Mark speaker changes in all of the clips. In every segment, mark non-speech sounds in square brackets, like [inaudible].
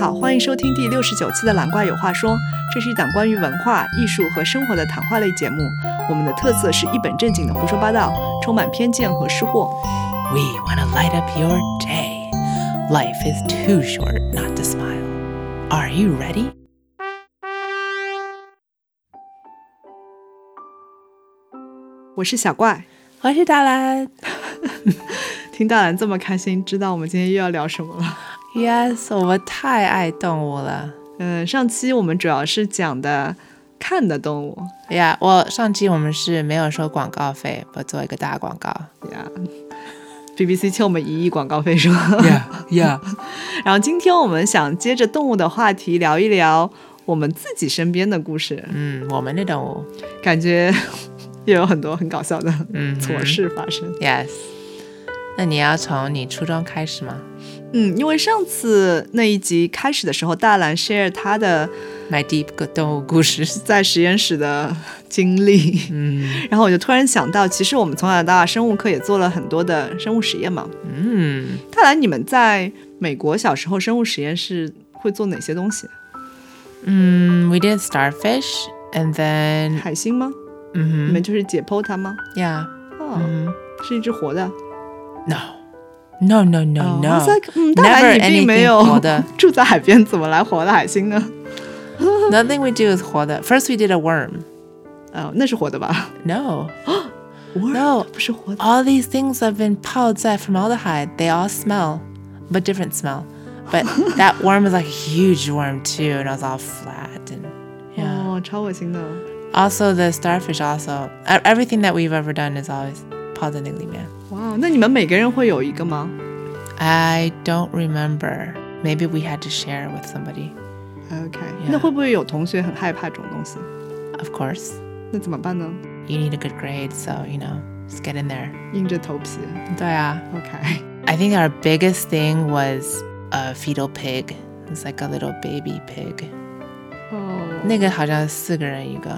Speaker 1: 好，欢迎收听第六十九期的《懒怪有话说》，这是一档关于文化、艺术和生活的谈话类节目。我们的特色是一本正经的胡说八道，充满偏见和失货。
Speaker 2: We want to light up your day. Life is too short not to smile. Are you ready?
Speaker 1: 我是小怪，
Speaker 2: 我是大蓝。
Speaker 1: 听大兰这么开心，知道我们今天又要聊什么了。
Speaker 2: Yes，我们太爱动物了。
Speaker 1: 嗯，上期我们主要是讲的看的动物
Speaker 2: Yeah，我上期我们是没有收广告费，我做一个大广告。
Speaker 1: 呀。BBC 欠我们一亿广告费是吧？
Speaker 2: Yeah，Yeah，
Speaker 1: [laughs] 然后今天我们想接着动物的话题聊一聊我们自己身边的故事。
Speaker 2: 嗯，我们的动物。
Speaker 1: 感觉 [laughs] 也有很多很搞笑的
Speaker 2: 嗯哼
Speaker 1: 错事发生。
Speaker 2: Yes，那你要从你初中开始吗
Speaker 1: 嗯，因为上次那一集开始的时候，大兰 share 他的
Speaker 2: ？My deep 动物故事。
Speaker 1: 在实验室的经历，
Speaker 2: 嗯
Speaker 1: [laughs] 然后我就突然想到，其实我们从小到大生物课也做了很多的生物实验嘛。
Speaker 2: 嗯，
Speaker 1: 大兰，你们在美国小时候生物实验室会做哪些东西？
Speaker 2: 嗯，We did starfish and then
Speaker 1: 海星吗？你
Speaker 2: 嗯
Speaker 1: 们就是解剖它吗？
Speaker 2: ，Yeah，
Speaker 1: 哦，
Speaker 2: 嗯。
Speaker 1: 是一只活的。
Speaker 2: No. No, no, no,
Speaker 1: 哦
Speaker 2: no.
Speaker 1: 我在嗯，大
Speaker 2: Never
Speaker 1: 兰你并没
Speaker 2: anything
Speaker 1: 有
Speaker 2: 活的
Speaker 1: [laughs] 住在海边，怎么来活的海星呢？
Speaker 2: Nothing we do is 活的 First we did a worm.
Speaker 1: 哦，那是活的吧？
Speaker 2: No.
Speaker 1: 哇，
Speaker 2: No.
Speaker 1: 不是活的。
Speaker 2: All these things have been 泡在 formaldehyde. They all smell, but different smell. But that worm was like a huge worm too, and I was all flat and yeah.
Speaker 1: 哦，超恶心的。
Speaker 2: Also the starfish also. e- Everything that we've ever done is always 泡在那个里面.
Speaker 1: 哇，那你们每个人会有一个吗？
Speaker 2: I don't remember. Maybe we had to share with somebody.
Speaker 1: OK，、
Speaker 2: Yeah.
Speaker 1: 那会不会有同学很害怕这种东西？
Speaker 2: Of course,
Speaker 1: 那怎么办呢？
Speaker 2: you need a good grade, so you know, just get in there.
Speaker 1: 硬着头皮。
Speaker 2: 对啊。
Speaker 1: OK，
Speaker 2: [laughs] I think our biggest thing was a fetal pig. It's like a little baby pig.
Speaker 1: 哦，
Speaker 2: 那个好像四个人一个。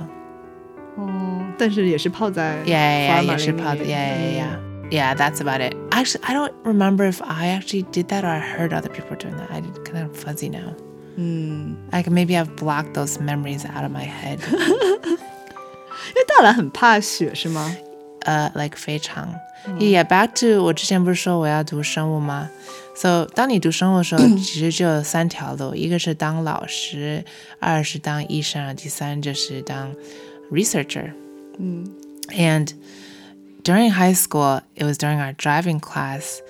Speaker 1: 哦，但是也是泡在
Speaker 2: Yeah, yeah, yeah,
Speaker 1: 福尔马林
Speaker 2: 也是泡的。
Speaker 1: 里
Speaker 2: Yeah, yeah,
Speaker 1: 面
Speaker 2: yeah. Yeah, that's about it. Actually, I don't remember if I actually did that or I heard other people doing that. I did kind of fuzzy now.
Speaker 1: 嗯，
Speaker 2: Like maybe I've blocked those memories out of my head.
Speaker 1: 因为大兰很怕雪是吗？
Speaker 2: 呃、l i k e 非常。Yeah, back to 我之前不是说我要读生物吗？So 当你读生物的时候，其实就有三条路，一个是当老师，二是当医生，第三就是当 researcher。
Speaker 1: 嗯
Speaker 2: And during high school, it was during our driving class.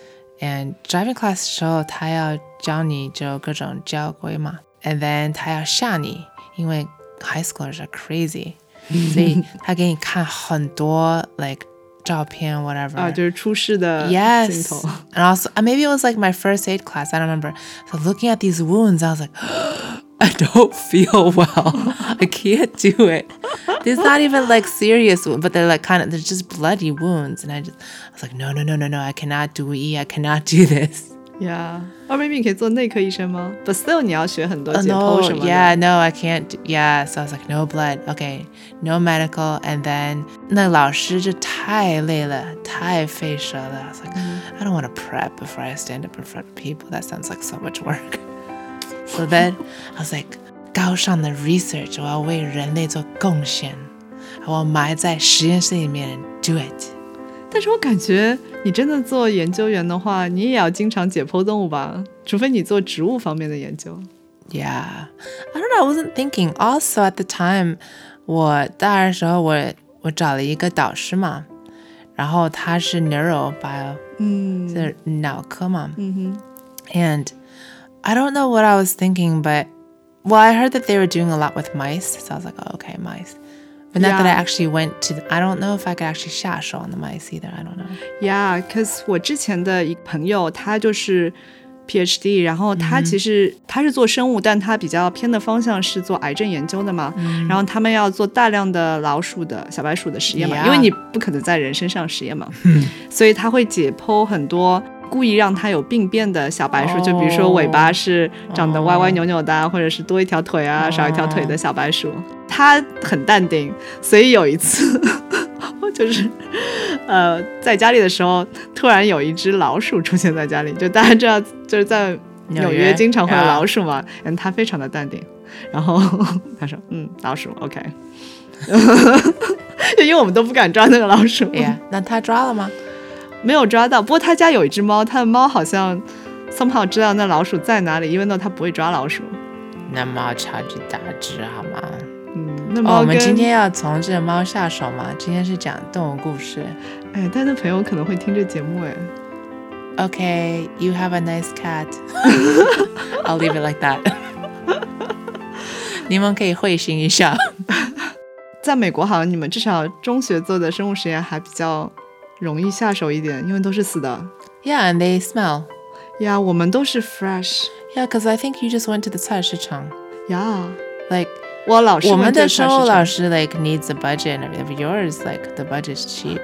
Speaker 2: And driving class 的时候，他要教你就各种交规嘛，and then 他要吓你，因为 high schoolers are crazy，所以他给你看很多 like 照片 whatever
Speaker 1: 啊，就是出事的镜
Speaker 2: Yes.
Speaker 1: 头。 [laughs]
Speaker 2: And also, uh, maybe it was like my first aid class. I don't remember. So looking at these wounds, I was like, [gasps] I don't feel [laughs] well. I can't do it. It's not even like serious, wo- but they're like kind of, they're just bloody wounds. And I just, I was like, no, no, no, no, no. I cannot do E. I cannot do [laughs] this.
Speaker 1: Yeah，二妹妹，你可以做内科医生吗？But still，你要学很多
Speaker 2: Oh,
Speaker 1: 解剖什
Speaker 2: no,
Speaker 1: 么的。
Speaker 2: yeah, no, I can't. do- Yeah, so I was like, no blood. Okay, no medical. And then 那老师就太累了，太费舌了。I was like, I don't want to prep before I stand up in front of people. That sounds like so much work. [laughs] So then I was like, 高尚的 research，我要为人类做贡献，我埋在实验室里面 do it。
Speaker 1: 但是我感觉你真的做研究员的话，你也要经常解剖动物吧，除非你做植物方面的研究。
Speaker 2: Yeah. I don't know. I wasn't thinking. Also, at the time, 我大二的时候我，我找了一个导师嘛，然后他是 neurobio，、
Speaker 1: 嗯
Speaker 2: 是脑科嘛。
Speaker 1: 嗯哼。
Speaker 2: And I don't know what I was thinking, but well, I heard that they were doing a lot with mice, so I was like, oh, okay, mice. But not that I
Speaker 1: Yeah.
Speaker 2: actually went to. The, I don't know if I could actually 下手 on the mice either. I don't know.
Speaker 1: Yeah, cause 我之前的一个朋友，他就是 PhD，然后他其实、他是做生物，但他比较偏的方向是做癌症研究的嘛。然后他们要做大量的老鼠的小白鼠的实验嘛
Speaker 2: Yeah
Speaker 1: 因为你不可能在人身上实验嘛，所以他会解剖很多。故意让它有病变的小白鼠
Speaker 2: 哦
Speaker 1: 就比如说尾巴是长得歪歪扭扭的啊或者是多一条腿啊、
Speaker 2: 哦
Speaker 1: 少一条腿的小白鼠。他很淡定，所以有一次， [laughs] 就是呃，在家里的时候，突然有一只老鼠出现在家里，就大家知道，就是在纽约经常会有老鼠嘛，嗯，他非常的淡定，然后 [laughs] 他说，嗯，老鼠，OK，因为我们都不敢抓那个老鼠，
Speaker 2: Yeah，那他抓了吗？
Speaker 1: 没有抓到。不过他家有一只猫，他的猫好像 somehow 知道那老鼠在哪里，因为呢，它不会抓老鼠。
Speaker 2: 那猫超级大只，好吗？
Speaker 1: 嗯，那
Speaker 2: 哦，
Speaker 1: 猫
Speaker 2: 我们
Speaker 1: 跟、
Speaker 2: 今天要从这猫下手嘛，今天是讲动物故事。
Speaker 1: 哎，但是朋友可能会听这节目哎。
Speaker 2: Okay, you have a nice cat. [laughs] I'll leave it like that. [laughs] 你们可以会心一笑。
Speaker 1: 在美国，好像你们至少中学做的生物实验还比较容易下手一点，因为都是死的。
Speaker 2: Yeah, and they smell.
Speaker 1: 呀，我们都是 fresh。
Speaker 2: Yeah, because I think you just went to the 菜市场.
Speaker 1: 呀，
Speaker 2: Like
Speaker 1: 我老师
Speaker 2: 我们的
Speaker 1: 生
Speaker 2: 生物
Speaker 1: 老
Speaker 2: 老师 like needs a budget, and if yours like the budget's cheap.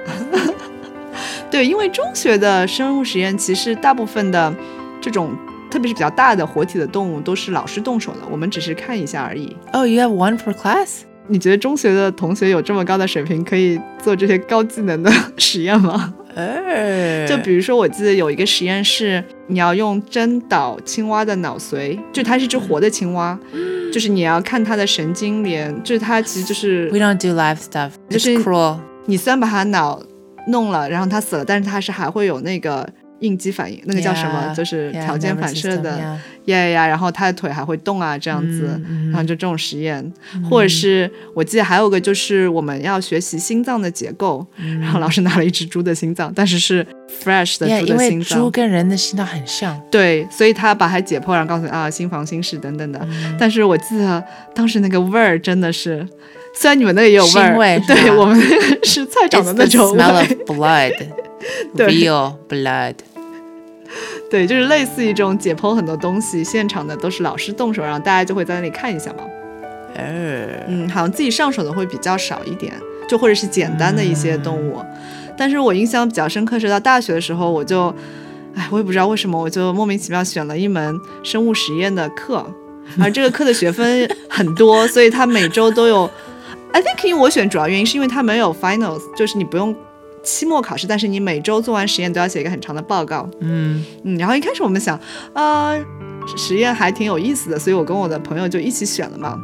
Speaker 1: 对，因为中学的生物实验其实大部分的这种，特别是比较大的活体的动物都是老师动手的，我们只是看一下而已。
Speaker 2: Oh, you have one per class?
Speaker 1: 你觉得中学的同学有这么高的水平，可以做这些高技能的 [laughs] 实验吗？
Speaker 2: Oh.
Speaker 1: 就比如说，我记得有一个实验是，你要用针导青蛙的脑髓，就它是一只活的青蛙，
Speaker 2: 嗯
Speaker 1: 就是你要看它的神经连，就是它其实就是
Speaker 2: We don't do live stuff. It's
Speaker 1: [laughs] 就是-
Speaker 2: cruel.
Speaker 1: 你虽然把它脑弄了，然后它死了，但是它是还会有那个应激反应，那个叫什么
Speaker 2: Yeah,
Speaker 1: 就是条
Speaker 2: Yeah,
Speaker 1: 件
Speaker 2: nervous
Speaker 1: 反射
Speaker 2: system,
Speaker 1: 的，呀
Speaker 2: yeah.
Speaker 1: 呀呀，然后它的腿还会动啊，这样子。
Speaker 2: 嗯，嗯，嗯
Speaker 1: 然后就这种实验，或者是我记得还有个就是我们要学习心脏的结构，然后老师拿了一只猪的心脏，但是是 fresh 的
Speaker 2: 嗯 Yeah,
Speaker 1: 猪
Speaker 2: 因
Speaker 1: 的
Speaker 2: 为
Speaker 1: 心脏
Speaker 2: 猪跟人的心脏很像。
Speaker 1: 对，所以他把它解剖，然后告诉你啊，心房、心室等等的。
Speaker 2: 嗯
Speaker 1: 但是我记得当时那个味儿真的是，虽然你们那个也有味儿，
Speaker 2: 腥味是
Speaker 1: 对
Speaker 2: 吧
Speaker 1: 我们那个是菜场
Speaker 2: It's
Speaker 1: 的那
Speaker 2: the
Speaker 1: 种
Speaker 2: smell
Speaker 1: 味，
Speaker 2: of blood,
Speaker 1: [laughs] 对
Speaker 2: real blood.
Speaker 1: 对，就是类似于这种解剖很多东西，现场的都是老师动手，然后大家就会在那里看一下嘛。嗯，好像自己上手的会比较少一点，就或者是简单的一些动物。但是我印象比较深刻是到大学的时候，我就，哎，我也不知道为什么，我就莫名其妙选了一门生物实验的课，而这个课的学分很多，所以它每周都有。I think 因为我选主要原因是因为它没有 finals，就是你不用期末考试，但是你每周做完实验都要写一个很长的报告。
Speaker 2: 嗯，
Speaker 1: 嗯，然后一开始我们想，呃，实验还挺有意思的，所以我跟我的朋友就一起选了嘛。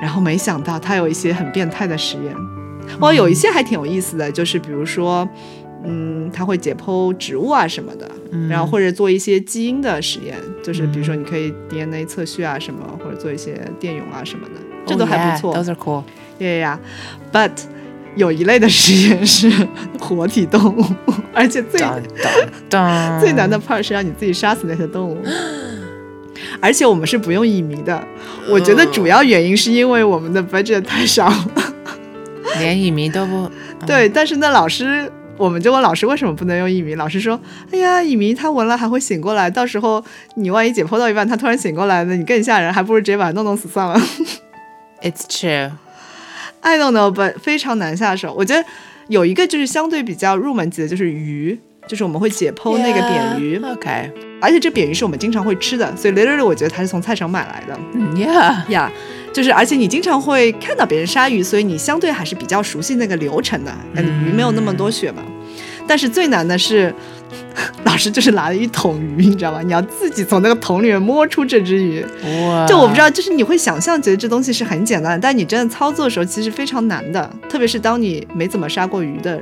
Speaker 1: 然后没想到它有一些很变态的实验，哇，有一些还挺有意思的，就是比如说，嗯，它会解剖植物啊什么的，然后或者做一些基因的实验，就是比如说你可以 DNA 测序啊什么，或者做一些电泳啊什么的，这
Speaker 2: Oh
Speaker 1: 都还
Speaker 2: yeah,
Speaker 1: 不错。
Speaker 2: Those are cool.
Speaker 1: 呀呀，But 有一类的实验是活体动物，而且 [laughs] 最
Speaker 2: Dun, dun, dun.
Speaker 1: 最难的 part 是让你自己杀死那些动物。而且我们是不用乙醚的，我觉得主要原因是因为我们的 budget 太少。
Speaker 2: 连乙醚都不。
Speaker 1: [laughs] 对，但是那老师，我们就问老师为什么不能用乙醚？老师说：“哎呀，乙醚它闻了还会醒过来，到时候你万一解剖到一半，它突然醒过来呢，你更吓人，还不如直接把它弄弄死算了。
Speaker 2: It's
Speaker 1: [laughs]
Speaker 2: true.
Speaker 1: ”I don't know，but 非常难下手。我觉得有一个就是相对比较入门级的，就是鱼，就是我们会解剖那个扁鱼
Speaker 2: Yeah, Okay.
Speaker 1: 而且这扁鱼是我们经常会吃的，所以 literally 我觉得它是从菜场买来的。
Speaker 2: [laughs]
Speaker 1: [laughs]
Speaker 2: Yeah.
Speaker 1: 呀就是而且你经常会看到别人杀鱼，所以你相对还是比较熟悉那个流程的。嗯，鱼没有那么多血
Speaker 2: 嗯
Speaker 1: 嘛。但是最难的是， [laughs] 老师就是拿了一桶鱼，你知道吧？你要自己从那个桶里面摸出这只鱼。
Speaker 2: 哇。
Speaker 1: 就我不知道，就是你会想象觉得这东西是很简单的，但你真的操作的时候其实非常难的，特别是当你没怎么杀过鱼的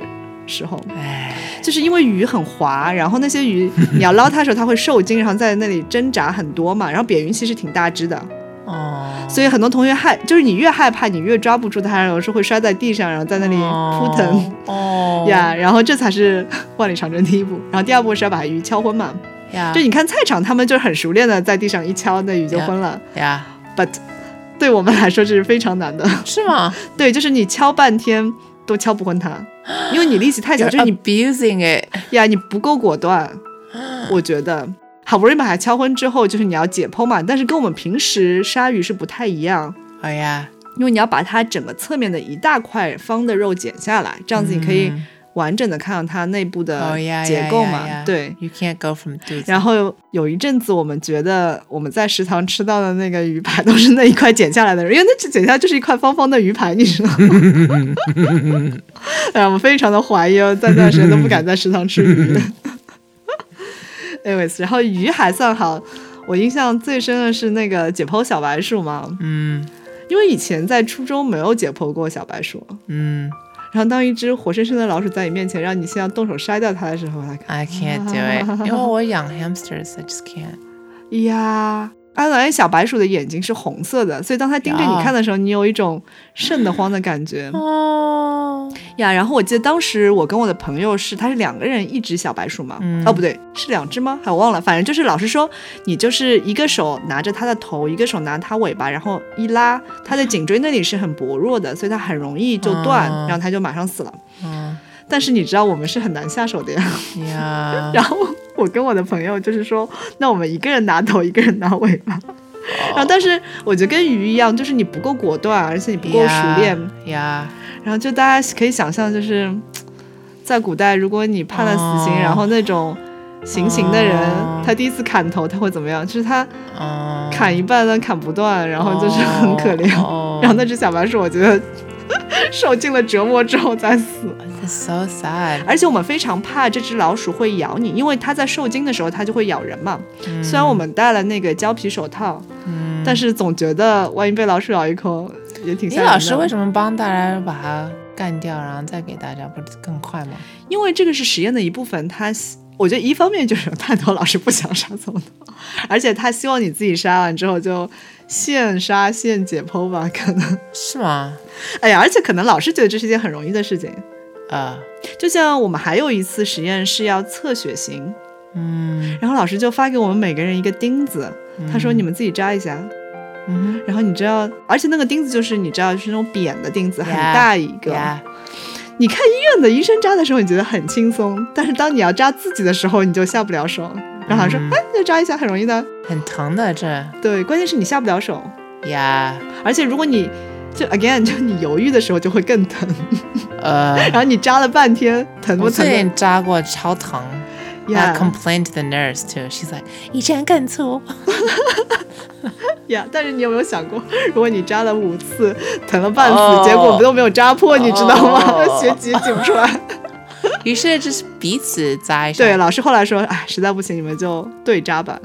Speaker 1: 时候。
Speaker 2: 哎，
Speaker 1: 就是因为鱼很滑，然后那些鱼你要捞它的时候，它会受惊，然后在那里挣扎很多嘛。然后扁鱼其实挺大只的，
Speaker 2: 哦。
Speaker 1: 所以很多同学害，就是你越害怕，你越抓不住它，然后是会摔在地上，然后在那里扑腾
Speaker 2: 哦。
Speaker 1: 呀。然后这才是 [laughs] 万里长征第一步，然后第二步是要把鱼敲昏嘛。
Speaker 2: Yeah.
Speaker 1: 就你看菜场，他们就是很熟练的在地上一敲，那鱼就昏了。
Speaker 2: Yeah. [laughs]
Speaker 1: But 对我们来说这是非常难的，
Speaker 2: 是吗
Speaker 1: 对，就是你敲半天都敲不昏它，因为你力气太小，
Speaker 2: ？You're
Speaker 1: 就是你
Speaker 2: abusing it.
Speaker 1: 呀，你不够果断，我觉得。好不容易把它敲昏之后，就是你要解剖嘛，但是跟我们平时杀鱼是不太一样，
Speaker 2: Oh yeah.
Speaker 1: 因为你要把它整个侧面的一大块方的肉剪下来，这样子你可以完整的看到它内部
Speaker 2: Oh
Speaker 1: 的
Speaker 2: yeah.
Speaker 1: 结
Speaker 2: yeah,
Speaker 1: 构
Speaker 2: yeah,
Speaker 1: 嘛。
Speaker 2: yeah.
Speaker 1: 对。
Speaker 2: You can't go
Speaker 1: [laughs]
Speaker 2: from dudes.
Speaker 1: 然后有有一阵子，我们觉得我们在食堂吃到的那个鱼排都是那一块剪下来的，因为那剪下来就是一块方方的鱼排，你知道吗？ [laughs] 哎，我们非常的怀疑，哦，在那段时间都不敢在食堂吃鱼。anyways，然后鱼还算好，我印象最深的是那个解剖小白鼠嘛，
Speaker 2: 嗯
Speaker 1: 因为以前在初中没有解剖过小白鼠，
Speaker 2: 嗯
Speaker 1: 然后当一只活生生的老鼠在你面前，让你先要动手筛掉它的时候，来看，
Speaker 2: I can't do it. 因为我养 hamsters, I just can't.
Speaker 1: 呀，安兰小白鼠的眼睛是红色的，所以当它盯着
Speaker 2: 呀嗯
Speaker 1: 你看的时候，你有一种瘆得慌的感觉
Speaker 2: 哦，
Speaker 1: 呀。然后我记得当时我跟我的朋友是，他是两个人一只小白鼠嘛，
Speaker 2: 嗯
Speaker 1: 哦不对，是两只吗？还啊我忘了，反正就是老师说你就是一个手拿着它的头，一个手拿它尾巴，然后一拉，它的颈椎那里是很薄弱的，所以它很容易就断，
Speaker 2: 啊
Speaker 1: 然后它就马上死了。但是你知道我们是很难下手的呀。
Speaker 2: 呀，
Speaker 1: [laughs] 然后我跟我的朋友就是说，那我们一个人拿头，一个人拿尾巴。
Speaker 2: 哦
Speaker 1: 然后，但是我觉得跟鱼一样，就是你不够果断，而且你不够熟练。
Speaker 2: 嗯呀，
Speaker 1: 然后就大家可以想象，就是在古代，如果你判了死刑，
Speaker 2: 哦
Speaker 1: 然后那种行刑的人，
Speaker 2: 哦
Speaker 1: 他第一次砍头，他会怎么样？就是他
Speaker 2: 嗯，
Speaker 1: 砍一半但砍不断，然后就是很可怜。
Speaker 2: 哦，
Speaker 1: 然后那只小白鼠，我觉得 [laughs] 受尽了折磨之后才死。
Speaker 2: That's so sad.
Speaker 1: 而且我们非常怕这只老鼠会咬你，因为它在受惊的时候它就会咬人嘛。
Speaker 2: 嗯
Speaker 1: 虽然我们戴了那个胶皮手套，但是总觉得万一被老鼠咬一口也挺吓
Speaker 2: 你
Speaker 1: 人的。
Speaker 2: 老师为什么帮大家把它干掉，然后再给大家，不是更快吗？
Speaker 1: 因为这个是实验的一部分，他希我觉得一方面就是有太多老师不想杀总统，而且他希望你自己杀完之后就现杀现解剖吧，可能。
Speaker 2: 是吗？
Speaker 1: 哎呀，而且可能老师觉得这是一件很容易的事情。
Speaker 2: 呃，
Speaker 1: 就像我们还有一次实验是要测血型，
Speaker 2: 嗯
Speaker 1: 然后老师就发给我们每个人一个钉子，他说你们自己扎一下。
Speaker 2: 嗯
Speaker 1: 然后你知道，而且那个钉子就是你知道是那种扁的钉子，
Speaker 2: Yeah，
Speaker 1: 很大一
Speaker 2: 哼
Speaker 1: 个。
Speaker 2: 呀，
Speaker 1: 你看医院的医生扎的时候，你觉得很轻松，但是当你要扎自己的时候，你就下不了手。然后他说：“
Speaker 2: 嗯
Speaker 1: 哎，再扎一下，很容易的。
Speaker 2: 很疼的这”
Speaker 1: [laughs] 对，关键是你下不了手，
Speaker 2: 呀，
Speaker 1: 而且如果你就 again 就你犹豫的时候就会更疼，
Speaker 2: 呃，
Speaker 1: [laughs] 然后你扎了半天，疼不
Speaker 2: 我
Speaker 1: 疼
Speaker 2: 最
Speaker 1: 的
Speaker 2: 近扎过，超疼。I
Speaker 1: 呀
Speaker 2: complained to the nurse too. She's like, "You
Speaker 1: [laughs]
Speaker 2: 以前更粗。"
Speaker 1: 呀？但是你有没有想过， [laughs] 如果你扎了五次，疼了半次，
Speaker 2: 哦
Speaker 1: 结果都没有扎破，你知道吗？ [laughs]
Speaker 2: 哦
Speaker 1: 血挤挤不出
Speaker 2: [laughs]
Speaker 1: 来。
Speaker 2: 于是就是彼此扎一下。
Speaker 1: 对，老师后来说，哎，实在不行你们就对扎吧。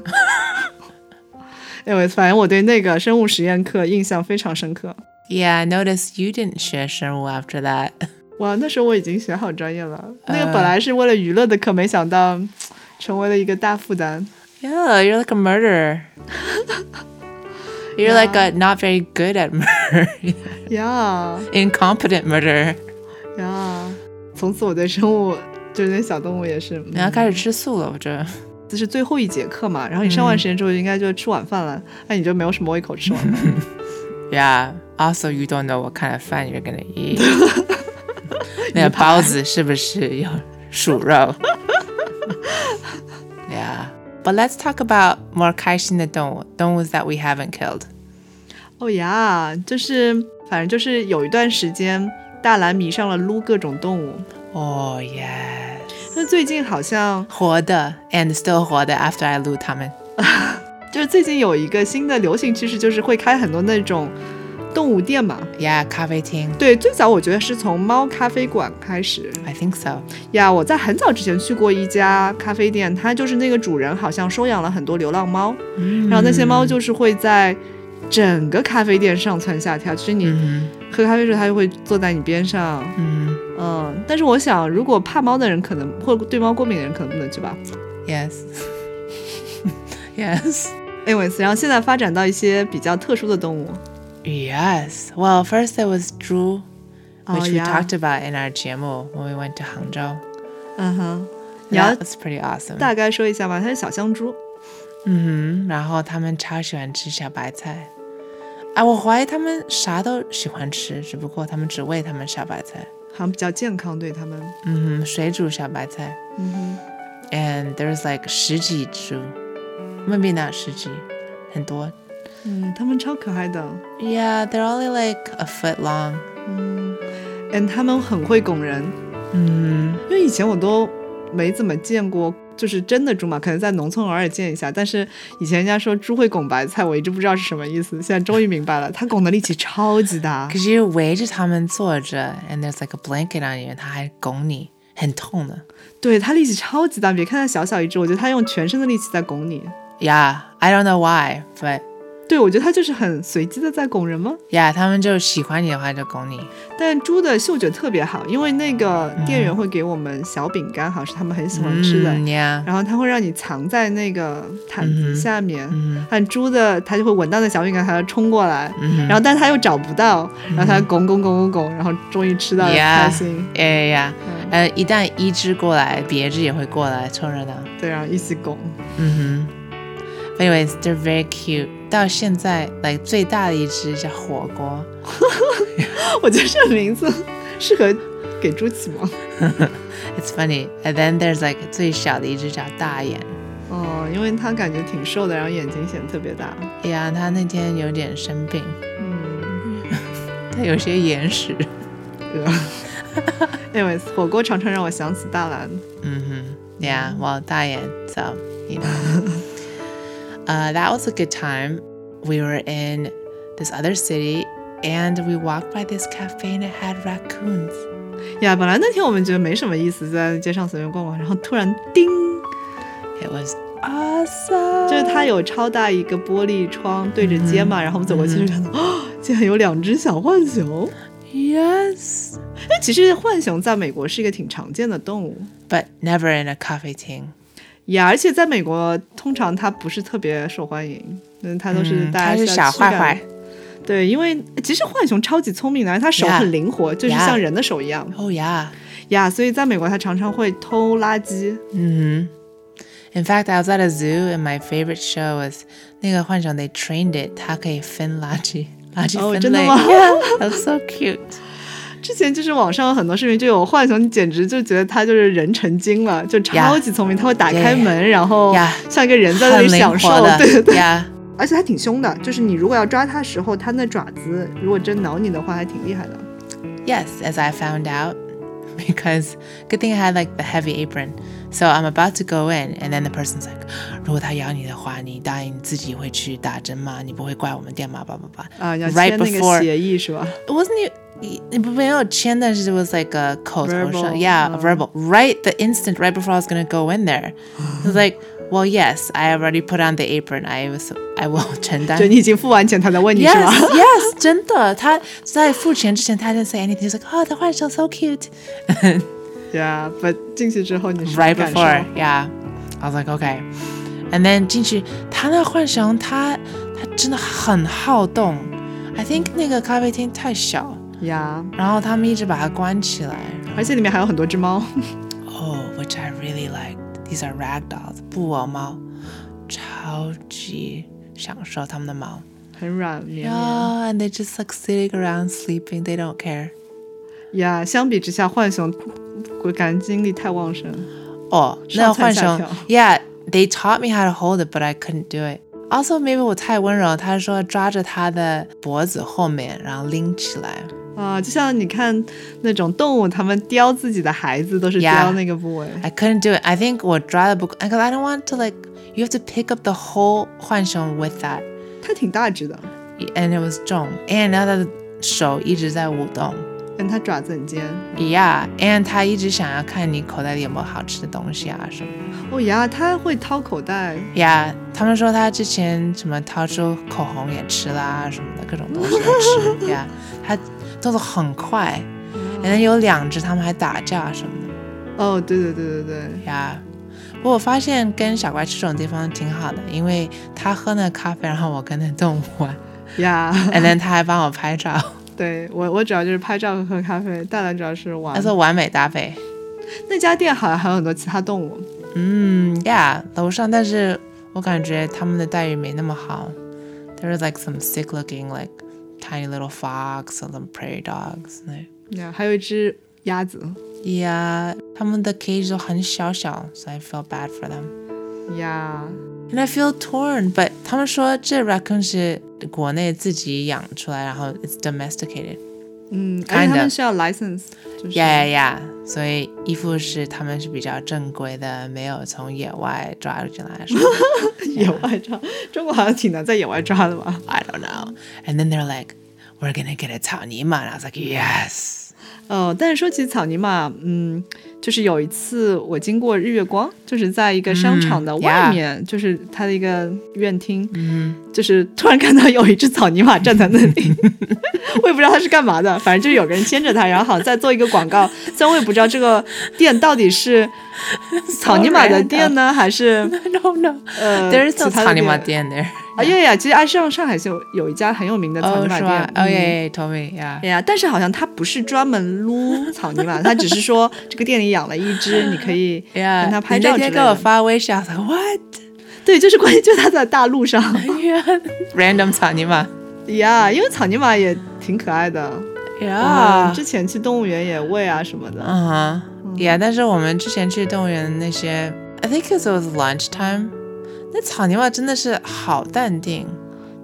Speaker 1: anyways，反正我对那个生物实验课印象非常深刻。
Speaker 2: Yeah, I noticed you didn't share 生物 after that.
Speaker 1: 哇，那时候我已经学好专业了，那个
Speaker 2: 呃
Speaker 1: 本来是为了娱乐的课，没想到嘖成为了一个大负担。
Speaker 2: Yeah, you're like a murderer. [laughs] You're like a not very good at murder,
Speaker 1: 呀
Speaker 2: [laughs] incompetent murderer.
Speaker 1: 呀，从此我对生物就是那小动物也是。嗯、
Speaker 2: 然后开始吃素了，我这。
Speaker 1: 这是最后一节课嘛，然后你上完实验之后应该就吃晚饭了，那、你就没有什么胃口吃晚饭。
Speaker 2: Yeah. Also, you don't know what kind of fun you're gonna eat. [laughs] [laughs] 那个包子是不是有鼠肉？Yeah. But let's talk about more 开心的动物，动物 that we haven't killed.
Speaker 1: 哦呀，就是反正就是有一段时间，大蓝迷上了撸各种动物。
Speaker 2: Oh yes.
Speaker 1: 那最近好像
Speaker 2: 活的 and still 活的 after I 撸它们。
Speaker 1: 就是最近有一个新的流行趋势，就是会开很多那种动物店嘛。
Speaker 2: Yeah, 咖啡厅。
Speaker 1: 对，最早我觉得是从猫咖啡馆开始
Speaker 2: I think so.
Speaker 1: 呀。我在很早之前去过一家咖啡店，它就是那个主人好像收养了很多流浪猫，然后那些猫就是会在整个咖啡店上蹿下跳，就是你
Speaker 2: Mm-hmm.
Speaker 1: 喝咖啡的时候，它就会坐在你边上。
Speaker 2: 嗯嗯。Yes.
Speaker 1: 嗯，但是我想，如果怕猫的人可能或者对猫过敏的人可能不能去吧。
Speaker 2: [laughs] yes.
Speaker 1: anyways，然后现在发展到一些比较特殊的动物。
Speaker 2: Yes. Well, first there was 猪
Speaker 1: Oh,
Speaker 2: which we
Speaker 1: yeah.
Speaker 2: talked about in our 节目 when we went to Hangzhou.
Speaker 1: 嗯哼，你要
Speaker 2: That was pretty awesome.
Speaker 1: 大概说一下吧，它是小香猪。
Speaker 2: 嗯哼，然后他们超喜欢吃小白菜。哎、我怀疑他们啥都喜欢吃，只不过他们只喂他们小白菜。
Speaker 1: 好像比较健康，对它们。
Speaker 2: 嗯哼，水煮小白菜。嗯哼。And there's like 十几株，maybe not 十几，很多。
Speaker 1: 嗯，它们超可爱的，
Speaker 2: Yeah, they're only like a foot long.
Speaker 1: 嗯，它们很会拱人，
Speaker 2: 嗯
Speaker 1: 因为以前我都没怎么见过，就是真的猪嘛，可能在农村偶尔见一下，但是以前人家说猪会拱白菜，我一直不知道是什么意思，现在终于明白了，它拱的力气超级大
Speaker 2: [laughs] 可。是围着他们坐着，and there's like a blanket on you，他还拱你，很痛的。
Speaker 1: 对，它力气超级大，别看它小小一只，我觉得它用全身的力气在拱你。
Speaker 2: Yeah, I don't know why, but
Speaker 1: 对，我觉得它就是很随机的在拱人吗？
Speaker 2: yeah，他们就喜欢你的话就拱你。
Speaker 1: 但猪的嗅觉特别好，因为那个店员会给我们小饼干，好像是他们很喜欢吃的，
Speaker 2: 嗯，Yeah，
Speaker 1: 然后它会让你藏在那个毯
Speaker 2: 嗯
Speaker 1: 子
Speaker 2: 哼
Speaker 1: 下面。
Speaker 2: 嗯
Speaker 1: 但猪的它就会闻到那小饼干，它要冲过来，
Speaker 2: 嗯，
Speaker 1: 然后但它又找不到，然后它拱拱拱拱拱，然后终于吃到了，
Speaker 2: Yeah
Speaker 1: 开心。
Speaker 2: Yeah Yeah，
Speaker 1: 嗯，
Speaker 2: 呃，一旦一只过来，别只也会过来凑热闹。
Speaker 1: 对，然后一起拱。 [laughs]
Speaker 2: 嗯哼。But anyways, they're very cute. 到现在，like 最大的一只叫火锅。
Speaker 1: 我觉得这个名字适合给猪起吗？
Speaker 2: It's funny. And then there's like 最小的一只叫大眼。
Speaker 1: 哦，因为它感觉挺瘦的，然后眼睛显得特别大。
Speaker 2: 呀，它那天有点生病， [laughs]
Speaker 1: 嗯，
Speaker 2: 它有些眼屎。
Speaker 1: 呃
Speaker 2: [laughs]
Speaker 1: anyways，火锅常常让我想起大蓝。
Speaker 2: Mm-hmm. Yeah, well, Diane, so, you [laughs] know. uh, that was a good time. We were in this other city and we walked by this cafe and it had raccoons.
Speaker 1: 呀，本来那天我们觉得没什么意思，在街上随便逛逛，然后突然叮，
Speaker 2: It was awesome.
Speaker 1: 就是它有超大一个玻璃窗对着
Speaker 2: 嗯
Speaker 1: 街嘛，然后我们走过去就看到，哦，竟然有两只小浣熊。
Speaker 2: Yes.
Speaker 1: 因为其实浣熊在美国是一个挺常见的动物
Speaker 2: But never in a coffee ting.
Speaker 1: 呀，而且在美国通常它不是特别受欢迎，嗯，它都是大家需要驱赶的。对，因为其实浣熊超级聪明的，它手
Speaker 2: Yeah.
Speaker 1: 很灵活就是
Speaker 2: Yeah.
Speaker 1: 像人的手一样
Speaker 2: Oh, yeah.
Speaker 1: 呀所以在美国它常常会偷垃圾。
Speaker 2: hmm In fact, I was at a zoo and my favorite show was 那个浣熊 they trained it. 它可以分垃圾-垃圾
Speaker 1: 哦，
Speaker 2: 分
Speaker 1: 真的
Speaker 2: 类。
Speaker 1: 吗？
Speaker 2: Yeah, that's so cute.
Speaker 1: 之前就是网上有很多视频就有浣熊，你简直就觉得它就是人成精了，就超级聪明，它会打开门，然后
Speaker 2: Yeah.
Speaker 1: 像一个人在那
Speaker 2: 很
Speaker 1: 里
Speaker 2: 灵
Speaker 1: 享受
Speaker 2: 活的，
Speaker 1: 对对对，
Speaker 2: 呀
Speaker 1: 而且它挺凶的，就是你如果要抓它的时候，它那爪子如果真挠你的话，还挺厉害的。
Speaker 2: Yes, as I found out, [laughs] because good thing I had like the heavy apron. So I'm about to go in, and then the person's like, [gasps] 如果他咬你的话，你答应自己会去打针吗？你不会怪我们店吗？叭叭叭。
Speaker 1: 啊，你要签
Speaker 2: Right
Speaker 1: 那个
Speaker 2: before-
Speaker 1: 协议是吧？
Speaker 2: It wasn't. e- 你不没有签，但是 it was like a 口头上
Speaker 1: Verbal,
Speaker 2: yeah, a
Speaker 1: um.
Speaker 2: verbal. Right, the instant right before I was gonna go in there, I was like, well, yes, I already put on the apron. I was, I [laughs] will 承担
Speaker 1: 就你已经付完钱，他才问你是吧 [laughs]
Speaker 2: Yes, yes, 真的。他在付钱之前，他 didn't say anything. He's like, oh, the Huangshan so cute.
Speaker 1: ？Yeah，but 进去之后你是
Speaker 2: Right
Speaker 1: 感受
Speaker 2: before, yeah. I was like, okay. And then 进去，他那浣熊，他他真的很好动。I think
Speaker 1: 呀
Speaker 2: 那个咖啡厅太小，然后他们一直把它关起来。Oh,
Speaker 1: 而且里面还有很多只猫。 [laughs]
Speaker 2: Oh, which I really liked. These are ragdolls, 布偶猫，超级享受它们的毛。
Speaker 1: 很软绵绵
Speaker 2: Yeah, and they just like sitting around sleeping. They don't care.
Speaker 1: 呀相比之下，浣熊我感觉精力太旺盛。
Speaker 2: 哦，Oh,
Speaker 1: 上
Speaker 2: 那
Speaker 1: 蹿
Speaker 2: 换
Speaker 1: 下
Speaker 2: 成
Speaker 1: 跳
Speaker 2: Yeah, they taught me how to hold it, but I couldn't do it. Also, maybe 我太温柔，他说抓着他的脖子后面，然后拎起来。
Speaker 1: 啊、就像你看那种动物，它们叼自己的孩子都是
Speaker 2: Yeah.
Speaker 1: 叼那个部位。
Speaker 2: I couldn't do it. I think 我抓的不够，because I don't want to like you have to pick up the whole 浣熊 with that,
Speaker 1: 它挺大只的，
Speaker 2: and it was 重，and 然后他的手一直在舞动。
Speaker 1: 但它爪子很尖。
Speaker 2: Yeah，and 他一直想要看你口袋里有没有好吃的东西啊什么。
Speaker 1: 哦呀，它会掏口袋。
Speaker 2: 呀他们说他之前什么掏出口红也吃啦，什么的各种东西都吃呀他动作很快，然后有两只他们还打架什么的
Speaker 1: 哦，对对对对对，
Speaker 2: 呀。不过我发现跟小怪去这种地方挺好的，因为他喝那咖啡，然后我跟那动物玩
Speaker 1: 呀、
Speaker 2: ，and then 他还帮我拍照，
Speaker 1: 对我我主要就是拍照和喝咖啡，大蓝主要是玩
Speaker 2: 他。说完美搭配。
Speaker 1: 那家店好像还有很多其他动物。
Speaker 2: 嗯呀，楼上，但是我感觉他们的待遇没那么好。There was like some sick looking like tiny little fox or some prairie dogs. Like,
Speaker 1: 呀，还有一只鸭子。
Speaker 2: Yeah, 他们的 cage 都很小小, so I feel bad for them.
Speaker 1: 呀
Speaker 2: And I feel torn, but 他们说这 raccoon 是国内自己养出来，然后 it's domesticated.
Speaker 1: 嗯，而且
Speaker 2: Kind
Speaker 1: 他
Speaker 2: of
Speaker 1: 们需要 license，就是
Speaker 2: Yeah, yeah, yeah. 所以衣服是他们是比较正规的，没有从野外抓进来什么
Speaker 1: [laughs]
Speaker 2: 的。
Speaker 1: 野外抓。中国好像挺难在野外抓的吧？
Speaker 2: [laughs] I don't know. And then they're like, we're gonna get a 草泥马. And I was like, yes.
Speaker 1: 呃，但是说起草泥马，嗯，就是有一次我经过日月光，就是在一个商场的外
Speaker 2: yeah
Speaker 1: 面，就是它的一个院厅，
Speaker 2: 嗯
Speaker 1: 就是突然看到有一只草泥马站在那里， [laughs] 我也不知道它是干嘛的，反正就有个人牵着它，然后好像在做一个广告。虽然我也不知道这个店到底是草泥马的店呢，还是
Speaker 2: I don't know.
Speaker 1: 呃
Speaker 2: There's
Speaker 1: 其
Speaker 2: still
Speaker 1: 他的
Speaker 2: Tiny
Speaker 1: 店
Speaker 2: Mat in there.
Speaker 1: 啊，呀呀，其实啊，上上海就有一家很有名的草
Speaker 2: Oh,
Speaker 1: 泥马店
Speaker 2: sure.
Speaker 1: 嗯
Speaker 2: Oh, yeah, yeah, told me. Yeah.
Speaker 1: 哎呀，但是好像他不是专门撸草泥马，他只是说这个店里养了一只，你可以
Speaker 2: Yeah.
Speaker 1: 跟它拍
Speaker 2: 你
Speaker 1: 照
Speaker 2: 那
Speaker 1: 之
Speaker 2: 天
Speaker 1: 类
Speaker 2: 跟我
Speaker 1: 的。
Speaker 2: 发微信，I was like, [laughs] what?
Speaker 1: 对，就是关键就是它在大路上
Speaker 2: Random 草泥马。
Speaker 1: 呀，因为草泥马也挺可爱的。我们
Speaker 2: Yeah.
Speaker 1: 之前去动物园也喂啊什么的。
Speaker 2: 嗯哼，Yeah，但 Uh-huh. 是我们之前去动物园的那些，I think it was lunch time，那草泥马真的是好淡定，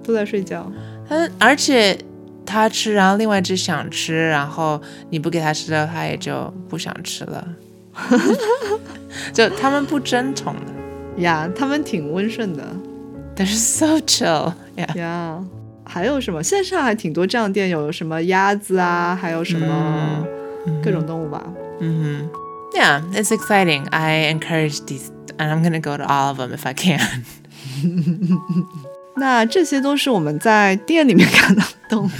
Speaker 1: 都在睡觉。
Speaker 2: 它而且它吃，然后另外一只想吃，然后你不给它吃了，它也就不想吃了， [laughs] 就它们不争宠的
Speaker 1: 呀，他们挺温顺的
Speaker 2: ，They're [laughs] so chill，Yeah，
Speaker 1: 呀。 [laughs] 还有什么？现在上海挺多这样的店，有什么鸭子啊，还有什么各种动物吧。
Speaker 2: 嗯哼。Yeah, Mm-hmm. it's exciting. I encourage these, and I'm gonna go to all of them if I can. [laughs]
Speaker 1: 那这些都是我们在店里面 [laughs] 看到的动物，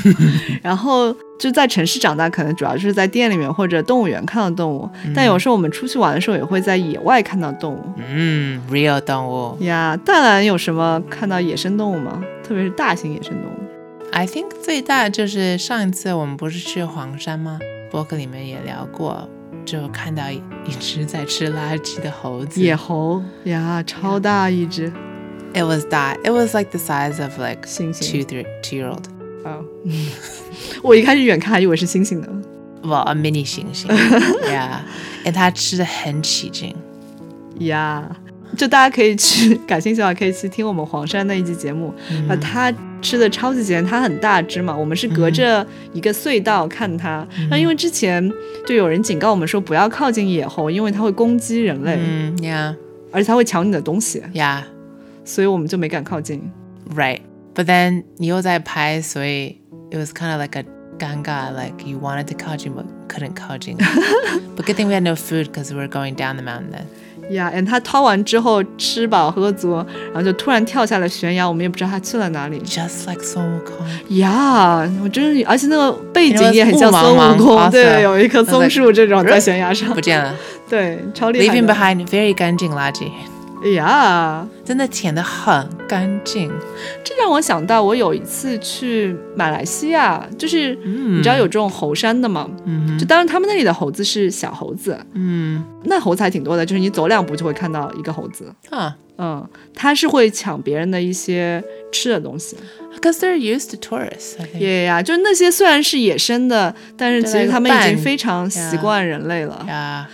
Speaker 1: 然后就在城市长大，可能主要就是在店里面或者动物园看到动物，但有时候我们出去玩的时候也会在野外看到动物
Speaker 2: 嗯，real Mm, 动物。
Speaker 1: 呀。淡蓝有什么看到野生动物吗？特别是大型野生动物
Speaker 2: I think 最大就是上一次我们不是去黄山吗？博客里面也聊过，就看到一一只在吃垃圾的猴子。
Speaker 1: 野猴呀，超大一只，
Speaker 2: It was that. It was like the size of like
Speaker 1: 猩猩
Speaker 2: two three two year old.
Speaker 1: 啊。 [laughs] 嗯我一开始远看还以为是猩猩呢。
Speaker 2: Well, a mini 猩猩。yeah.
Speaker 1: [laughs]
Speaker 2: And 它吃的很起劲。
Speaker 1: 呀就大家可以去 [laughs] 感兴趣的话，可以去听我们黄山那一期节目。啊、它吃的超级咸，它很大只嘛，我们是
Speaker 2: 嗯
Speaker 1: 隔着一个隧道看它。那、因为之前就有人警告我们说不要靠近野猴，因为它会攻击人类，
Speaker 2: 嗯，Yeah,
Speaker 1: 而且它会抢你的东西，
Speaker 2: yeah,
Speaker 1: 所以我们就没敢靠近。
Speaker 2: right. But then 你又在拍，所以 it was kind of like a 尴尬，like you wanted to 靠近 but couldn't
Speaker 1: [laughs]
Speaker 2: 靠近。but good thing we had no food because we were going down the mountain then.
Speaker 1: 呀、a n d 它掏完之后吃饱喝足，然后就突然跳下了悬崖，我们也不知道它去了哪里。
Speaker 2: Just like Sun
Speaker 1: [laughs]
Speaker 2: Wukong.
Speaker 1: 呀、我真是，而且那个背景
Speaker 2: It was
Speaker 1: 也很像孙悟
Speaker 2: 雾茫啊
Speaker 1: 空，
Speaker 2: 茫，awesome
Speaker 1: 对，有一棵松树这种在悬崖上，
Speaker 2: 不见了
Speaker 1: 对，超厉害的。
Speaker 2: ，leaving behind very 干净垃圾，
Speaker 1: 哎呀，
Speaker 2: 真的舔的很干净。
Speaker 1: 这让我想到，我有一次去马来西亚，就是你知道有这种猴山的吗？
Speaker 2: 嗯
Speaker 1: 就当然他们那里的猴子是小猴子，
Speaker 2: 嗯，
Speaker 1: 那猴子还挺多的，就是你走两步就会看到一个猴子。
Speaker 2: 啊
Speaker 1: 嗯，它是会抢别人的一些吃的东西。
Speaker 2: ，because they're used to tourists. I think.
Speaker 1: 耶呀，就是那些虽然是野生的，但是其
Speaker 2: 对
Speaker 1: 实
Speaker 2: 那个
Speaker 1: 他们已经
Speaker 2: 伴
Speaker 1: 非常习
Speaker 2: 呀
Speaker 1: 惯人类了。
Speaker 2: Yeah.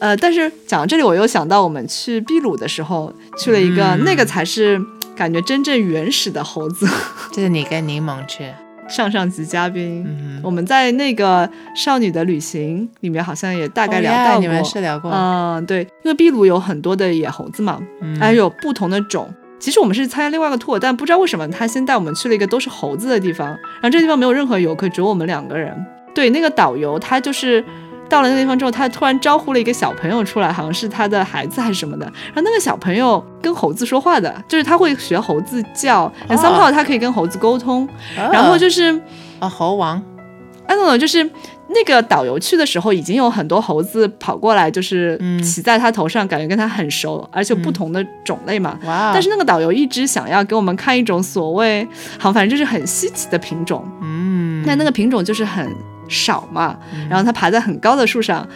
Speaker 1: 呃，但是讲到这里，我又想到我们去秘鲁的时候，去了一个、
Speaker 2: 嗯
Speaker 1: 那个才是感觉真正原始的猴子。
Speaker 2: 这是你跟柠檬去，
Speaker 1: 上上级嘉宾，
Speaker 2: 嗯
Speaker 1: 我们在那个《少女的旅行》里面好像也大概聊到过。
Speaker 2: 哦呀你们是聊过，
Speaker 1: 嗯，对，因为秘鲁有很多的野猴子嘛，
Speaker 2: 嗯
Speaker 1: 还有不同的种。其实我们是参加另外一个 tour，但不知道为什么他先带我们去了一个都是猴子的地方，然后这地方没有任何游客，只有我们两个人。对，那个导游他就是到了那个地方之后，他突然招呼了一个小朋友出来，好像是他的孩子还是什么的。然后那个小朋友跟猴子说话的，就是他会学猴子叫然后 somehow 他可以跟猴子沟通，然后就是。
Speaker 2: 哦猴王，
Speaker 1: 安总总哎就是那个导游去的时候，已经有很多猴子跑过来，就是
Speaker 2: 嗯
Speaker 1: 骑在他头上，感觉跟他很熟，而且不同的种类嘛。
Speaker 2: 哇，
Speaker 1: 但是那个导游一直想要给我们看一种所谓，好，反正就是很稀奇的品种，
Speaker 2: 嗯，
Speaker 1: 但那个品种就是很少嘛，然后它爬在很高的树上。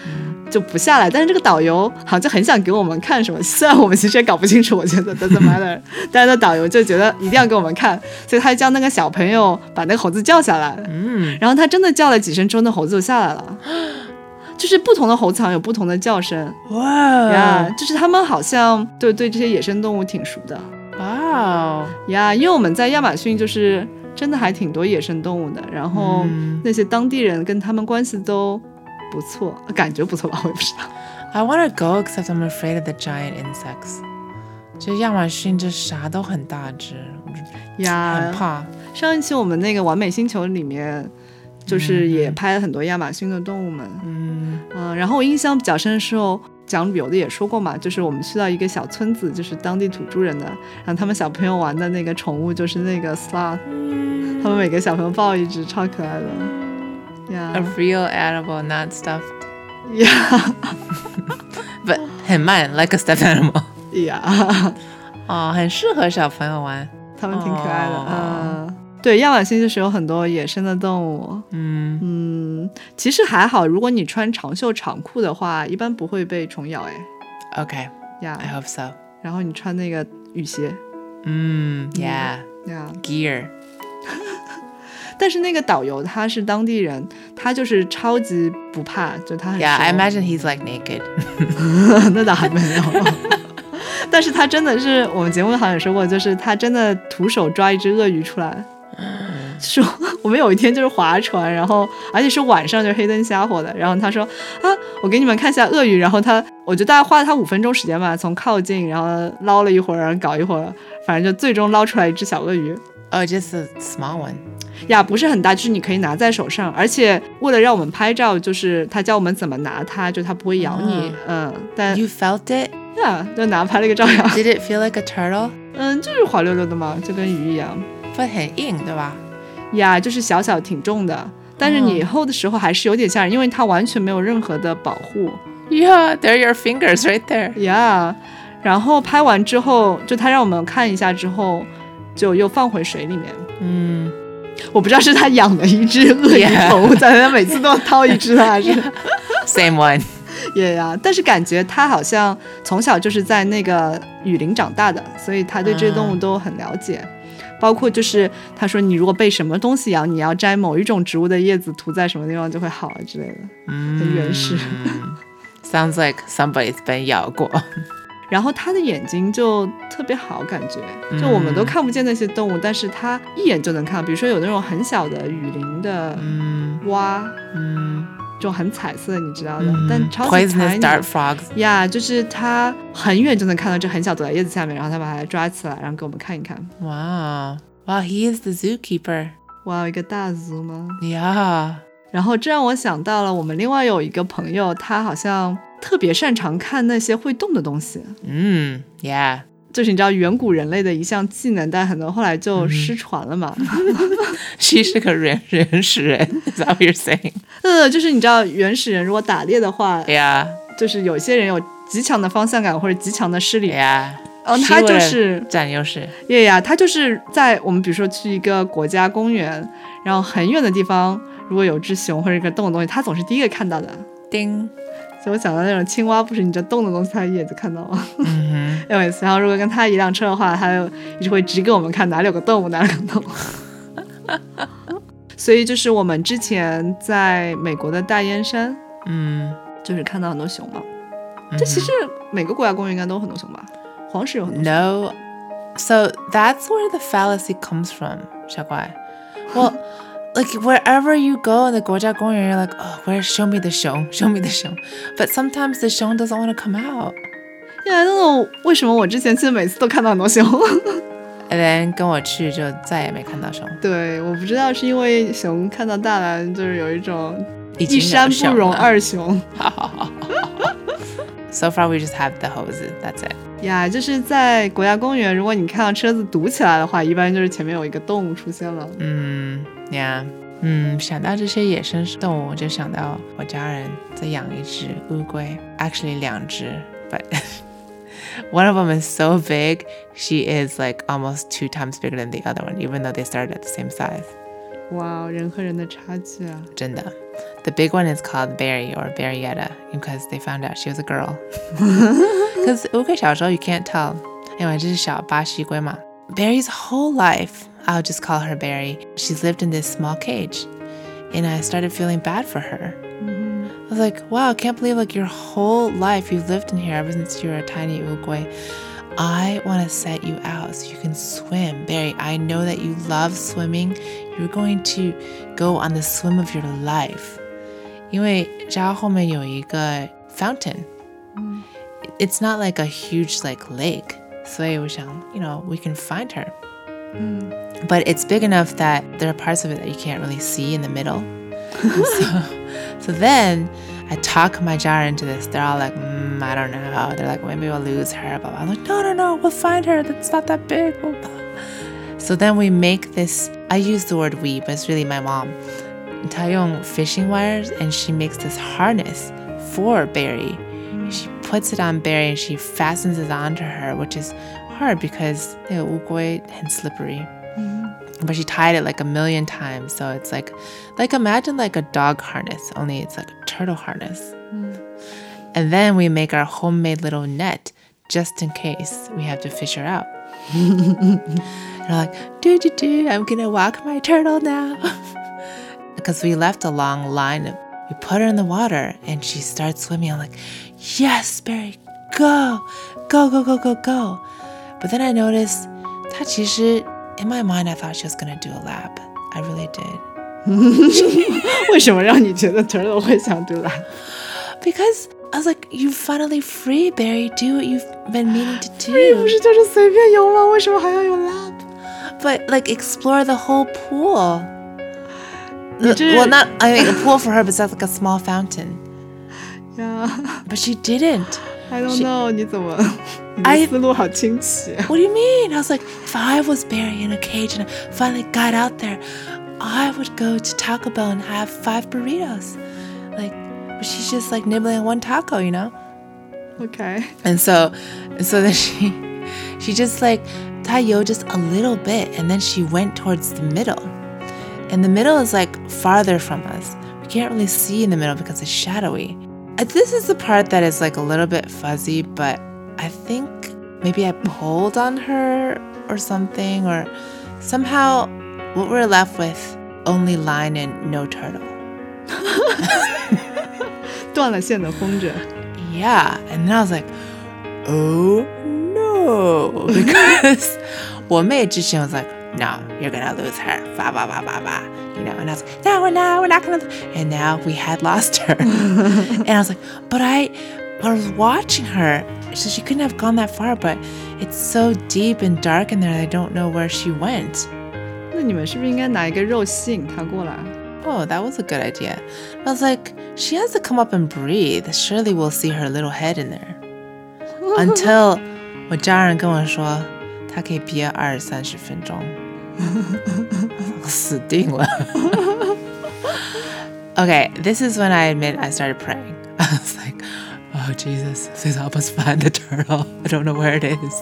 Speaker 1: 就不下来，但是这个导游好像就很想给我们看什么，虽然我们其实也搞不清楚，我觉得 [laughs] doesn't matter，但是那导游就觉得一定要给我们看，所以他叫那个小朋友把那个猴子叫下来，
Speaker 2: 嗯
Speaker 1: 然后他真的叫了几声之后，那猴子就下来了。就是不同的猴子好像有不同的叫声呀
Speaker 2: 哇
Speaker 1: 就是他们好像对对这些野生动物挺熟的
Speaker 2: 哇，
Speaker 1: 呀因为我们在亚马逊就是真的还挺多野生动物的，然后
Speaker 2: 嗯
Speaker 1: 那些当地人跟他们关系都不错，呃感觉不错吧，我也不知道。
Speaker 2: I want to go except I'm afraid of the giant insects。就亚马逊这啥都很大只，我就
Speaker 1: 呀
Speaker 2: 很怕。
Speaker 1: 上一期我们那个完美星球里面就是也拍了很多亚马逊的动物们。
Speaker 2: 嗯
Speaker 1: 嗯，然后我印象比较深的时候，讲旅游的也说过嘛，就是我们去到一个小村子，就是当地土著人的，然后他们小朋友玩的那个宠物就是那个 sloth，他们每个小朋友抱一只，超可爱的。
Speaker 2: ，a
Speaker 1: Yeah,
Speaker 2: real animal, not stuffed,
Speaker 1: yeah,
Speaker 2: but 很慢，like a stuffed animal。
Speaker 1: yeah，
Speaker 2: 哦，很适合小朋友玩。
Speaker 1: [laughs] 他们挺可爱的。
Speaker 2: 哦
Speaker 1: 嗯，对，亚马逊就是有很多野生的动物。
Speaker 2: 嗯，
Speaker 1: 嗯，其实还好，如果你穿长袖长裤的话，一般不会被虫咬。哎，
Speaker 2: Okay,
Speaker 1: 呀、
Speaker 2: I hope so.
Speaker 1: 然后你穿那个雨鞋，
Speaker 2: Mm, yeah,
Speaker 1: 呀、
Speaker 2: gear.
Speaker 1: 但是那个导游他是当地人，他就是超级不怕，就他很
Speaker 2: Yeah, I
Speaker 1: 熟
Speaker 2: imagine he's like naked.
Speaker 1: 那倒还没有。但是他真的是，我们节目好像也说过，就是他真的徒手抓一只鳄鱼出来。说我们有一天就是划船，然后而且是晚上，就是黑灯瞎火的。然后他说啊，我给你们看一下鳄鱼。然后他，我就大概花了他五分钟时间吧，从靠近，然后捞了一会儿，然后搞一会儿，反正就最终捞出来一只小鳄鱼。
Speaker 2: Oh, just a small one.
Speaker 1: 呀，不是很大，就是你可以拿在手上，而且为了让我们拍照，就是他教我们怎么拿它，就它不会咬你，嗯，但
Speaker 2: You felt it?
Speaker 1: 呀，就拿拍了个照呀，
Speaker 2: Did it feel like a turtle?
Speaker 1: 嗯，就是滑溜溜的嘛，就跟鱼一样，
Speaker 2: But 很硬，对吧？
Speaker 1: 呀，就是小小挺重的，但是你后的时候还是有点吓人，因为它完全没有任何的保护，
Speaker 2: Yeah, they're your fingers right there.
Speaker 1: 呀，然后拍完之后，就他让我们看一下之后，就又放回水里面。
Speaker 2: Mm.
Speaker 1: 我不知道是他养了一只鳄鱼
Speaker 2: Yeah
Speaker 1: 宠物在那每次都要掏一只它，还是
Speaker 2: Same one.
Speaker 1: 也呀，啊但是感觉他好像从小就是在那个雨林长大的，所以他对这些动物都很了解。包括就是他说，你如果被什么东西咬，你要摘某一种植物的叶子涂在什么地方就会好啊之类的，很原始。
Speaker 2: Mm. Sounds like somebody's been 咬过。
Speaker 1: 然后他的眼睛就特别好，感觉就我们都看不见那些动物，但是他一眼就能看到。比如说有那种很小的雨林的蛙，就很彩色，你知道的，但超级
Speaker 2: 嗯 Mm.
Speaker 1: tiny
Speaker 2: Poisonous dart frogs.
Speaker 1: 呀就是它很远就能看到这很小躲在叶子下面，然后它把它抓起来，然后给我们看一看。
Speaker 2: Wow. Wow, he is the zookeeper.
Speaker 1: 哇，一个大族吗？
Speaker 2: Yeah.
Speaker 1: 然后这让我想到了我们另外有一个朋友，他好像特别擅长看那些会动的东西，
Speaker 2: Mm. Yeah. [laughs]
Speaker 1: 就是你知道远古人类的一项技能，但很多后来就失传了嘛。
Speaker 2: she should a [laughs] ren- ren- Is that what you're saying?
Speaker 1: [laughs] 呃，就是你知道原始人如果打猎的话，
Speaker 2: Yeah.
Speaker 1: 就是有些人有极强的方向感或者极强的视力，
Speaker 2: Yeah.
Speaker 1: 然后
Speaker 2: 是
Speaker 1: 他就
Speaker 2: 的
Speaker 1: 是
Speaker 2: 占优势。
Speaker 1: 耶呀，他就是在我们比如说去一个国家公园，然后很远的地方，如果有只熊或者一个动的东西，他总是第一个看到的。
Speaker 2: Ding.
Speaker 1: 所以我想到那种青蛙，不是你这动的东西，它一眼就看到了。
Speaker 2: Mhm.
Speaker 1: anyways，然后如果跟他一辆车的话，他就就会指给我们看哪里有个动物，哪里有个动物。所以就是我们之前在美国的大燕山，
Speaker 2: Mm.
Speaker 1: 就是看到很多熊嘛。这其实每个国家公园应该都有很多熊吧？黄石有很多
Speaker 2: No. So that's where the fallacy comes from, Shaguai. Well, [laughs] like wherever you go in the Goja Gongyan, you're like, oh, where? Show me the shong. Show [laughs] me the shong. But sometimes the shong doesn't want to come out.
Speaker 1: 呀，那种为什么我之前去每次都看到很多熊？
Speaker 2: And then 跟我去就再也没看到熊，
Speaker 1: 对，我不知道是因为熊看到大蓝就是有一种一山不容二熊
Speaker 2: So far, we just have the hoses. That's it.
Speaker 1: 呀。就是在国家公园，如果你看到车子堵起来的话，一般就是前面有一个动物出现了。
Speaker 2: 嗯，Yeah，嗯，想到这些野生动物，我就想到我家人在养一只乌龟，actually 两只，but [laughs] one of them is so big, she is like almost two times bigger than the other one, even though they started at the same size.
Speaker 1: 哇，哦人和人的差距啊！ [laughs]
Speaker 2: 真的，the big one is called Berry or Berryetta because they found out she was a girl. Because 乌龟小时候 you can't tell，因为这是小巴西龟嘛。Berry's whole life, I'll just call her Berry. She's lived in this small cage, and I started feeling bad for her. I was like, wow, I can't believe like your whole life you've lived in here ever since you were a tiny ugly. I want to set you out so you can swim. Barry, I know that you love swimming. You're going to go on the swim of your life. 因为家后面有一个 fountain. It's not like a huge like lake. 所以我想, you know, we can find her. But it's big enough that there are parts of it that you can't really see in the middle. so, so then I talk my jar into this. They're all like, mm, I don't know. They're like, maybe we'll lose her. But I'm like, no, no, no. We'll find her. That's not that big. Blah, blah. So then we make this. I use the word we, but it's really my mom. Taeyong fishing wires, and she makes this harness for Barry. She puts it on Barry and she fastens it onto her, which is hard because you know, ugoi and slippery but she tied it like a million times so it's like like imagine like a dog harness only it's like a turtle harness and then we make our homemade little net just in case we have to fish her out and i'm like do do do i'm gonna walk my turtle now [laughs] because we left a long line of, we put her in the water and she starts swimming i'm like yes barry go go go go go go but then i noticed 她其实 in my mind, I thought she was gonna do a lap. I really did
Speaker 1: 为什么让你觉得 turtle 会想 do that？
Speaker 2: because I was like, "You finally free, Barry. Do what you've been meaning to do."
Speaker 1: 哎不是就是随便游吗？为什么还要有 lap？
Speaker 2: but like explore the whole pool. The-
Speaker 1: did.
Speaker 2: well, not I mean a pool for her, but it's like a small fountain.
Speaker 1: 呀、
Speaker 2: But she didn't.
Speaker 1: i don't know，你怎么？你
Speaker 2: I-
Speaker 1: 的思路好清奇。
Speaker 2: What do you mean? I was like, if I was Barry in a cage and I finally got out there, I would go to Taco Bell and have five burritos. Like, but she's just like nibbling on one taco, you know.
Speaker 1: OK， [laughs]
Speaker 2: And so, and so then [laughs] she, she just like Taiyo just a little bit, and then she went towards the middle, and the middle is like farther from us. We can't really see in the middle because it's shadowy. Uh, This is the part that is like a little bit fuzzy, but I think maybe I pulled on her or something, or somehow what we're left with only line and no turtle.
Speaker 1: 断了线的风筝。
Speaker 2: Yeah. And then I was like, oh no. [laughs] Because one made Jishin was like, no, you're gonna lose her. Bah, bah, bah, bah, bah. You know, and I was like, no, we're not, we're not gonna. lo-" And now we had lost her. [laughs] and I was like, but I, I was watching her. So she couldn't have gone that far, but it's so deep and dark in there, I don't know where she went.
Speaker 1: 那你们是不是应该拿一个肉吸引它过来？
Speaker 2: Oh, that was a good idea. I was like, she has to come up and breathe. Surely we'll see her little head in there. Until 我家人跟我说，她可以憋二三十分钟，死定了。okay, this is when I admit I started praying. [laughs] I was like, oh Jesus, please help us find the turtle. I don't know where it is.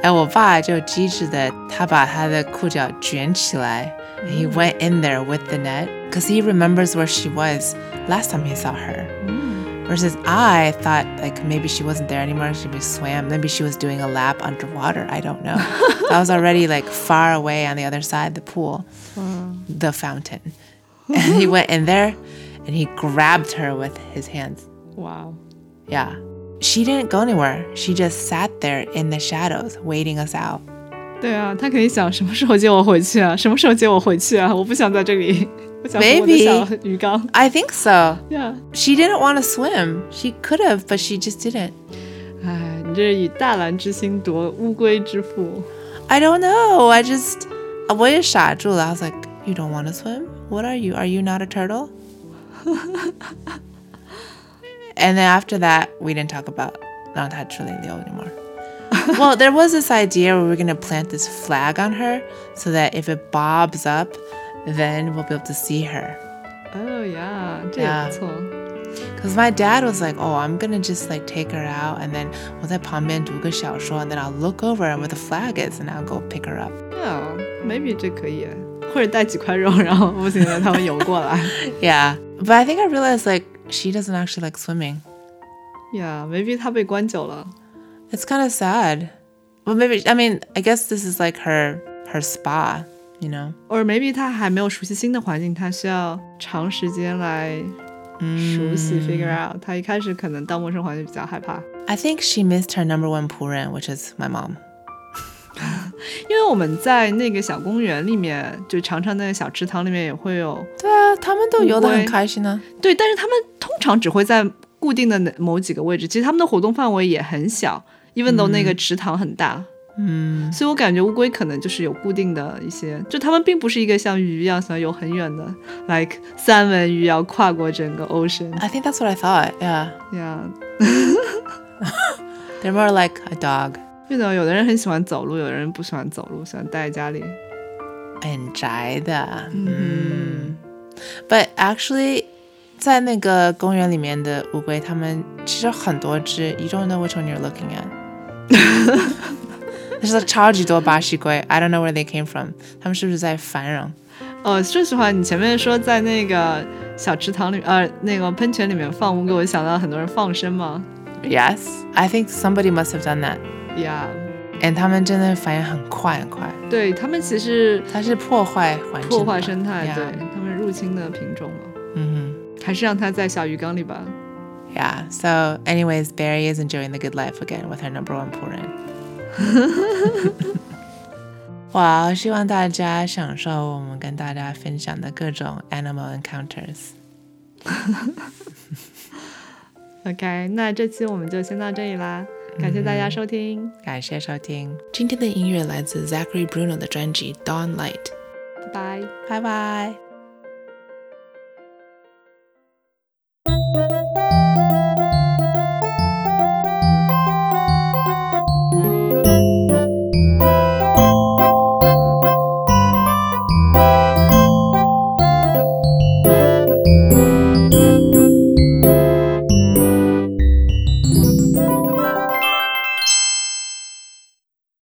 Speaker 2: 哎，我爸就机智的，他把他的裤脚卷起来。And he went in there with the net because he remembers where she was last time he saw her. Versus I thought like maybe she wasn't there anymore. She maybe swam. Maybe she was doing a lap underwater. I don't know. I was already like far away on the other side of the pool, the fountain. [laughs] And he went in there, and he grabbed her with his hands.
Speaker 1: 哇、哦
Speaker 2: Yeah. She didn't go anywhere. She just sat there in the shadows, waiting us out.
Speaker 1: 对啊，他肯定想什么时候接我回去啊？什么时候接我回去啊？ [laughs] 我不想在这里，我想回我的
Speaker 2: Maybe
Speaker 1: 小鱼缸。
Speaker 2: I think so.
Speaker 1: Yeah，
Speaker 2: She didn't want to swim. She could have, but she just didn't.
Speaker 1: 哎，你这是以大蓝之心夺乌龟之腹。
Speaker 2: I don't know. I just, I was shocked. I was like, you don't want to swim? What are you? Are you not a turtle? [laughs] and then after that, we didn't talk about not actually Leo anymore. well, there was this idea where we are going to plant this flag on her so that if it bobs up, then we'll be able to see her.
Speaker 1: Oh yeah，这也不错。
Speaker 2: Because my dad was like, oh, I'm going to just like take her out and then 我在旁边读个小说 and then I'll look over where the flag is and I'll go pick her up.
Speaker 1: Yeah，maybe 这可以，啊或者带几块肉，然后不行了，他们游过来。
Speaker 2: Yeah. But I think I realized like she doesn't actually like swimming.
Speaker 1: Yeah，maybe 他被关久了。
Speaker 2: It's kind of sad. Well, maybe I mean, I guess this is like her her spa, you know.
Speaker 1: or maybe 他还没有熟悉新的环境，他需要长时间来熟悉、figure out。他一开始可能到陌生环境比较害怕，
Speaker 2: I think she missed her number one purin, which is my mom.
Speaker 1: 因为我们在那个小公园里面，就常常那个小池塘里面也会有，
Speaker 2: 对啊，他们都游得很开心啊。
Speaker 1: 对，但是他们通常只会在固定的某几个位置，其实他们的活动范围也很小，even though 那个池塘很大。
Speaker 2: 嗯
Speaker 1: 所以我感觉乌龟可能就是有固定的一些，就它们并不是一个像鱼一样想游很远的，like 三文鱼要跨过整个 ocean
Speaker 2: I think that's what I thought. Yeah.
Speaker 1: 呀。
Speaker 2: They're more like a dog.
Speaker 1: 对的，有的人很喜欢走路，有的人不喜欢走路，喜欢待在家里。
Speaker 2: 很宅的，
Speaker 1: Mm-hmm.
Speaker 2: 嗯。But actually，在那个公园里面的乌龟，它们其实很多只，you don't know which one you're looking
Speaker 1: [laughs]
Speaker 2: at 。就是超级多巴西龟，I don't know where they came from。它们是不是在繁荣？
Speaker 1: 呃，说实话，你前面说在那个小池塘里，呃，那个喷泉里面放乌龟，我想到很多人放生嘛。
Speaker 2: Yes, I think somebody must have done that.
Speaker 1: Yeah，
Speaker 2: And 他们真的反应很快很快，
Speaker 1: 对他们其实
Speaker 2: 它是破坏环境的嘛，
Speaker 1: 破坏生态，
Speaker 2: Yeah，Mm-hmm.
Speaker 1: 对他们入侵的品种嘛，
Speaker 2: 嗯
Speaker 1: 还是让它在小鱼缸里吧。
Speaker 2: 哼，Yeah. So, anyways, Barry is enjoying the good life again with her number one 仆人。 [laughs] 哇，希望大家享受我们跟大家分享的各种 animal encounters。
Speaker 1: OK，那这期我们就先到这里啦，感谢大家收听。
Speaker 2: 感谢收听，今天的音乐来自 Zachary Bruno 的专辑《Dawn Light》。
Speaker 1: 拜拜。
Speaker 2: 拜拜。